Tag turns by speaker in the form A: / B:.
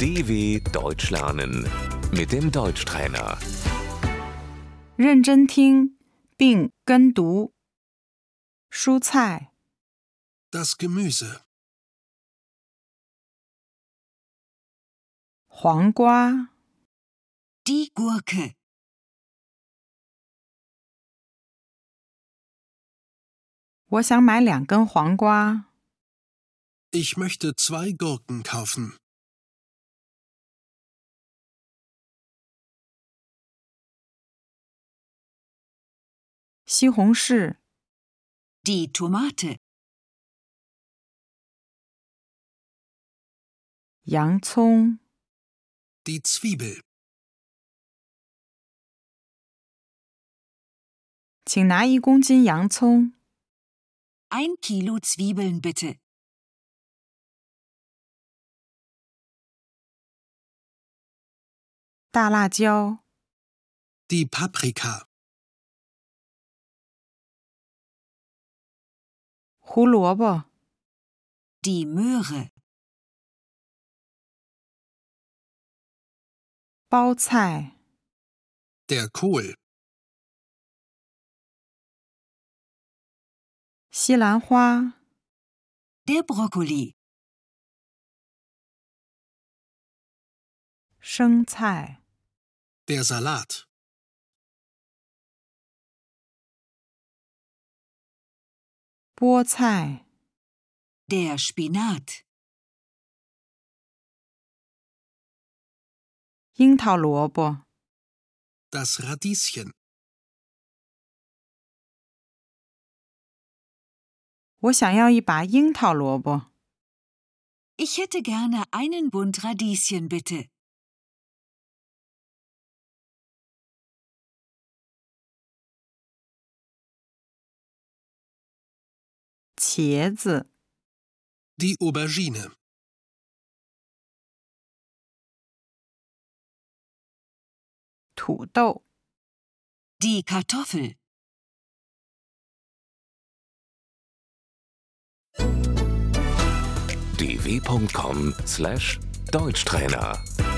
A: DW Deutsch lernen mit dem Deutschtrainer.
B: 认真听并跟读。蔬菜、
C: Das Gemüse,
B: 黄瓜、
D: Die Gurke,
B: 我想买两根黄瓜、
C: ich möchte zwei Gurken kaufen.
B: 西红柿、
D: die Tomate,
B: 洋葱、
C: Die Zwiebel,
B: 请拿一公斤洋葱、
D: ein Kilo Zwiebeln bitte,
B: 大辣椒、
C: die Paprika,
B: 胡萝卜、
D: die Möhre,
B: 包菜、
C: der Kohl,
B: 西兰花、
D: der Brokkoli,
B: 生菜、
C: der Salat,
B: 菠菜、
D: der Spinat,
B: 樱桃萝卜、
C: das Radieschen,
B: 我想要一把樱桃萝卜。
D: Ich hätte gerne einen Bund Radieschen bitte.
B: 茄子、
C: die Aubergine,
B: 土豆、
D: Die Kartoffel.
A: dw.com/deutschtrainer